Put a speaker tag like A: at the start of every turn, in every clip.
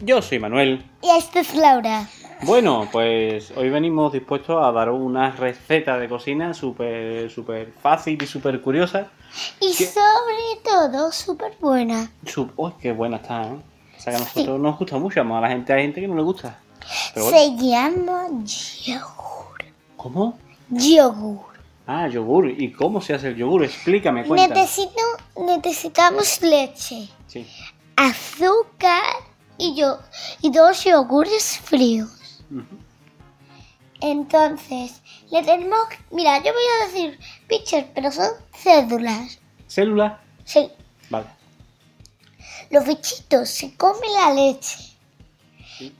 A: Yo soy Manuel.
B: Y esta es Laura.
A: Bueno, pues hoy venimos dispuestos a dar una receta de cocina súper súper fácil y súper curiosa.
B: Y
A: ¿Qué?
B: sobre todo, súper buena.
A: Su- ¡Uy, qué buena está! ¿eh? O sea que a nosotros nos gusta mucho, amor, a la gente hay gente que no le gusta. Pero bueno,
B: Se llama yogur.
A: ¿Cómo?
B: Yogur.
A: Ah, yogur. ¿Y cómo se hace el yogur? Explícame, cuéntame.
B: Necesito, necesitamos leche,
A: Sí.
B: azúcar y, yo, y dos yogures fríos.
A: Ujú.
B: Entonces, le tenemos... Mira, yo voy a decir pitchers, pero son cédulas.
A: ¿Célula?
B: Sí,
A: Vale.
B: los bichitos se comen la leche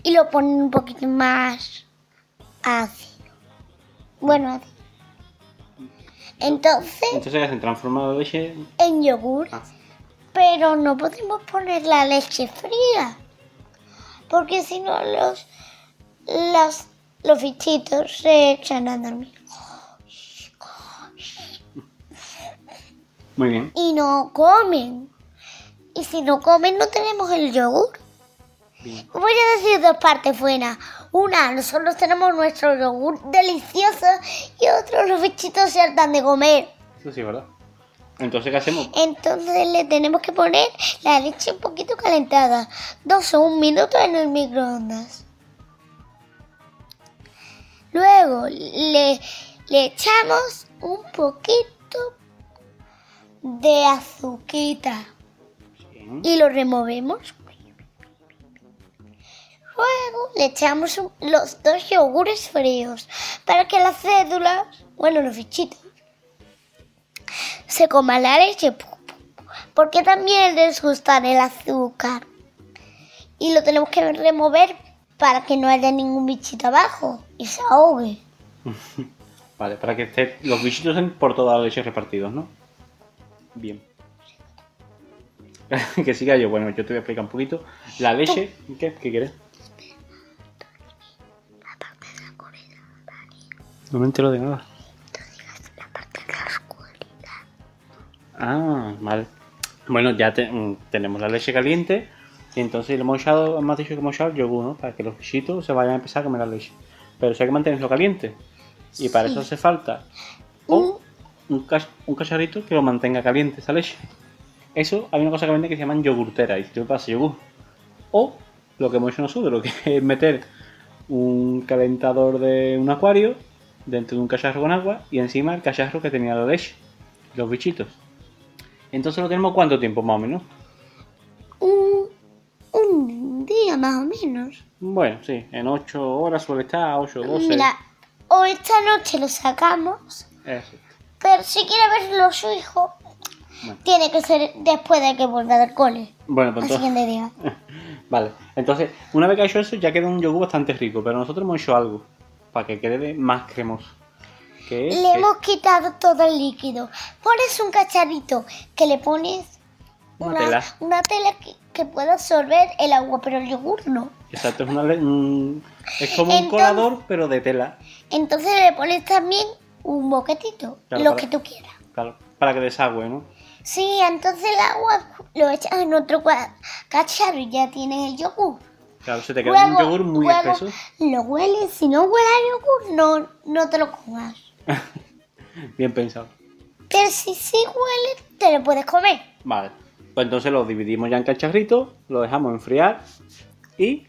B: y lo ponen un poquito más ácido. Bueno, ácido. Entonces,
A: Entonces ya se han transformado de leche.
B: en yogur,
A: Ah,
B: pero no podemos poner la leche fría, porque si no los, los, los bichitos se echan a dormir
A: muy bien.
B: y no comen. Y si no comen no tenemos el yogur.
A: Bien.
B: Voy a decir dos partes buenas. Una, nosotros tenemos nuestro yogur delicioso y otro, los bichitos se hartan de comer.
A: Eso sí, es ¿verdad? Entonces, ¿qué hacemos?
B: Entonces le tenemos que poner la leche un poquito calentada, dos o un minuto en el microondas. Luego le, le echamos un poquito de azuquita
A: Bien.
B: y lo removemos. Luego le echamos un- los dos yogures fríos para que las cédulas, bueno, los bichitos, se coman la leche. Porque también les gusta el azúcar. Y lo tenemos que remover para que no haya ningún bichito abajo y se ahogue.
A: Vale, para que esté los bichitos estén por toda la leche repartidos, ¿no? Bien. que siga yo. Bueno, yo te voy a explicar un poquito. La leche, ¿qué, ¿Qué quieres? No me entero de nada. Ah, vale. Bueno, ya te- mm, tenemos la leche caliente. Y entonces le hemos echado, hemos dicho que hemos echado el yogur, ¿no? Para que los bichitos se vayan a empezar a comer la leche. Pero eso hay que mantenerlo caliente. Y para eso hace falta o un, cach- un cacharrito que lo mantenga caliente esa leche. Eso hay una cosa que vende que se llaman yogurtera y tú pasa yogur. O lo que hemos hecho nosotros, lo que es meter un calentador de un acuario dentro de un cacharro con agua y encima el cacharro que tenía la leche, los bichitos. Entonces lo tenemos cuánto tiempo más o menos.
B: Un, un día más o menos.
A: Bueno, sí, en 8 horas suele estar, 8 12.
B: Mira, o esta noche lo sacamos
A: Eso.
B: Pero si quiere verlo su hijo,
A: Bueno.
B: tiene que ser después de que vuelva del cole.
A: Bueno, pues
B: Al
A: entonces...
B: siguiente día.
A: Vale, entonces, una vez que ha hecho eso, ya queda un yogur bastante rico, pero nosotros hemos hecho algo para que quede más cremoso. Que es,
B: Le
A: que-
B: hemos quitado todo el líquido. Pones un cacharrito que le pones
A: Una tela.
B: una tela que, que pueda absorber el agua, pero el yogur no.
A: Exacto, es, una le- un- es como un
B: Entonces-
A: colador, pero de tela,
B: Entonces le pones también un boquetito,
A: Claro,
B: lo
A: para-
B: que tú quieras.
A: claro, para que desagüe, ¿no?
B: Sí, entonces el agua lo echas en otro cua- cacharro y ya tienes el yogur.
A: Claro, se te queda un yogur muy
B: luego
A: espeso.
B: Lo hueles, si no huele a yogur, no, no te lo comas.
A: Bien pensado.
B: Pero si sí huele, te lo puedes comer.
A: Vale, pues entonces lo dividimos ya en cacharritos, lo dejamos enfriar y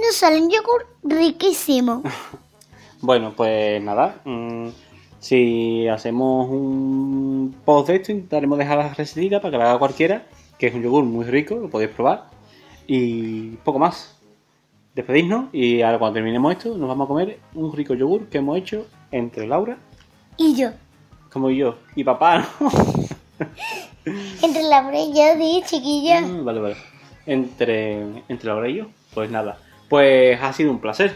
B: Nos sale un yogur riquísimo.
A: Bueno, pues nada. mm, si hacemos un post de esto, intentaremos dejar la recetita para que la haga cualquiera, que es un yogur muy rico, lo podéis probar. Y poco más. Despedirnos y ahora cuando terminemos esto, nos vamos a comer un rico yogur que hemos hecho entre Laura,
B: Y yo,
A: como yo, y papá, ¿no?
B: entre la brella de chiquilla.
A: Mm, Vale, vale. Entre, entre Laura y yo. Pues nada. Pues ha sido un placer.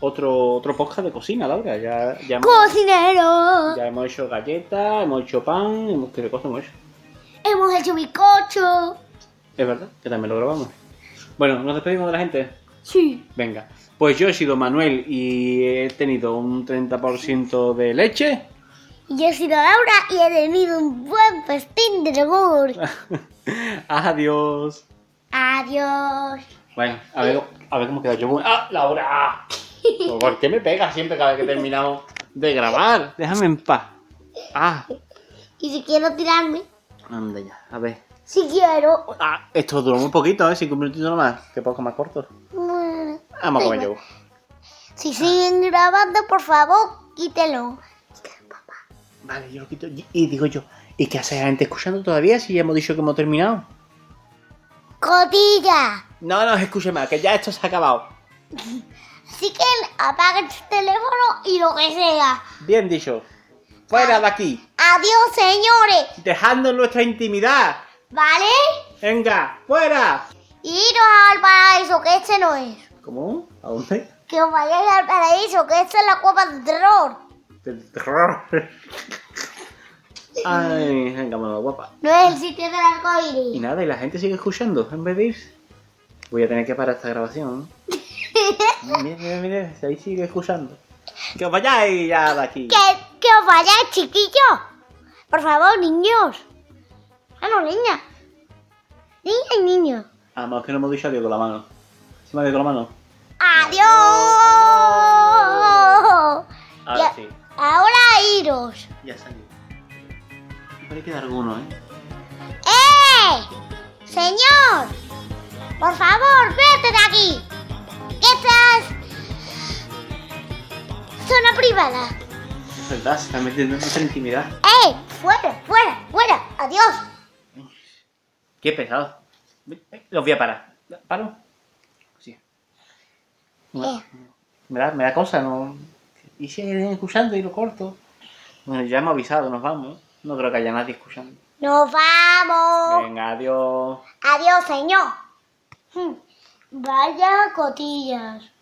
A: Otro, otro podcast de cocina, Laura. Ya, ya hemos-
B: Cocinero,
A: Ya hemos hecho galletas, hemos hecho pan, hemos qué cosas hemos hecho.
B: hemos hecho bizcocho.
A: Es verdad, que también lo grabamos. Bueno, nos despedimos de la gente.
B: Sí.
A: Venga. Pues yo he sido Manuel y he tenido un 30% de leche.
B: Y Yo he sido Laura y he tenido un buen festín de yogur.
A: Adiós.
B: Adiós.
A: Bueno, a ver, a ver cómo queda el yogur. ¡Ah, Laura! Pues, ¿Por qué me pegas siempre cada vez que terminamos de grabar? Déjame en paz. Ah,
B: Y si quiero tirarme,
A: anda ya, a ver.
B: si quiero.
A: Ah, esto duró muy poquito, ¿eh? Cinco minutitos nomás. Que poco más corto.
B: mm,
A: Vamos a comer
B: da igual.
A: yogur.
B: Si siguen grabando, por favor, quítelo.
A: Vale, yo lo quito. Y y digo yo, ¿y qué hace la gente escuchando todavía si ya hemos dicho que hemos terminado?
B: ¡Cotilla!
A: No nos escuche más, que ya esto se ha acabado.
B: Así que apaga el teléfono y lo que sea.
A: Bien dicho. Fuera de aquí.
B: Adiós, señores.
A: Dejando nuestra intimidad.
B: ¿Vale?
A: Venga, fuera.
B: Iros al paraíso, que este no es.
A: ¿Cómo? ¿A dónde?
B: Que os vayáis al paraíso, que esta es la copa del terror.
A: Del terror. Ay, venga, mamá guapa.
B: No es el sitio del arco
A: Y
B: iris.
A: nada, y la gente sigue escuchando en vez de irse. Voy a tener que parar esta grabación. Mira, mira, mira, ahí sigue escuchando. Que os vayáis ya de aquí.
B: Que, que os vayáis, chiquillos. Por favor, niños. Ah, no, niña. Niña y niño.
A: Además, que no hemos dicho adiós con la mano. Se me ha ido con la mano.
B: Adiós.
A: Ahora
B: Ya-
A: sí,
B: Ahora iros.
A: ya salió. Pero hay que dar alguno, ¿eh?
B: ¡Eh! Señor. Por favor, vete de aquí. Que esta es zona privada.
A: Es verdad, se está metiendo en nuestra intimidad.
B: ¡Eh! ¡Fuera, fuera, fuera! ¡Adiós!
A: Qué pesado. Ven, ven, Los voy a parar. ¿Paro? Sí. Bueno,
B: Eh,
A: me, da, me da cosa, ¿no? ¿Y si hay alguien escuchando y lo corto? Bueno, ya hemos avisado, nos vamos. ¿eh? No creo que haya nadie escuchando.
B: ¡Nos vamos!
A: Venga, adiós.
B: ¡Adiós, señor! Hmm, Vaya cotillas.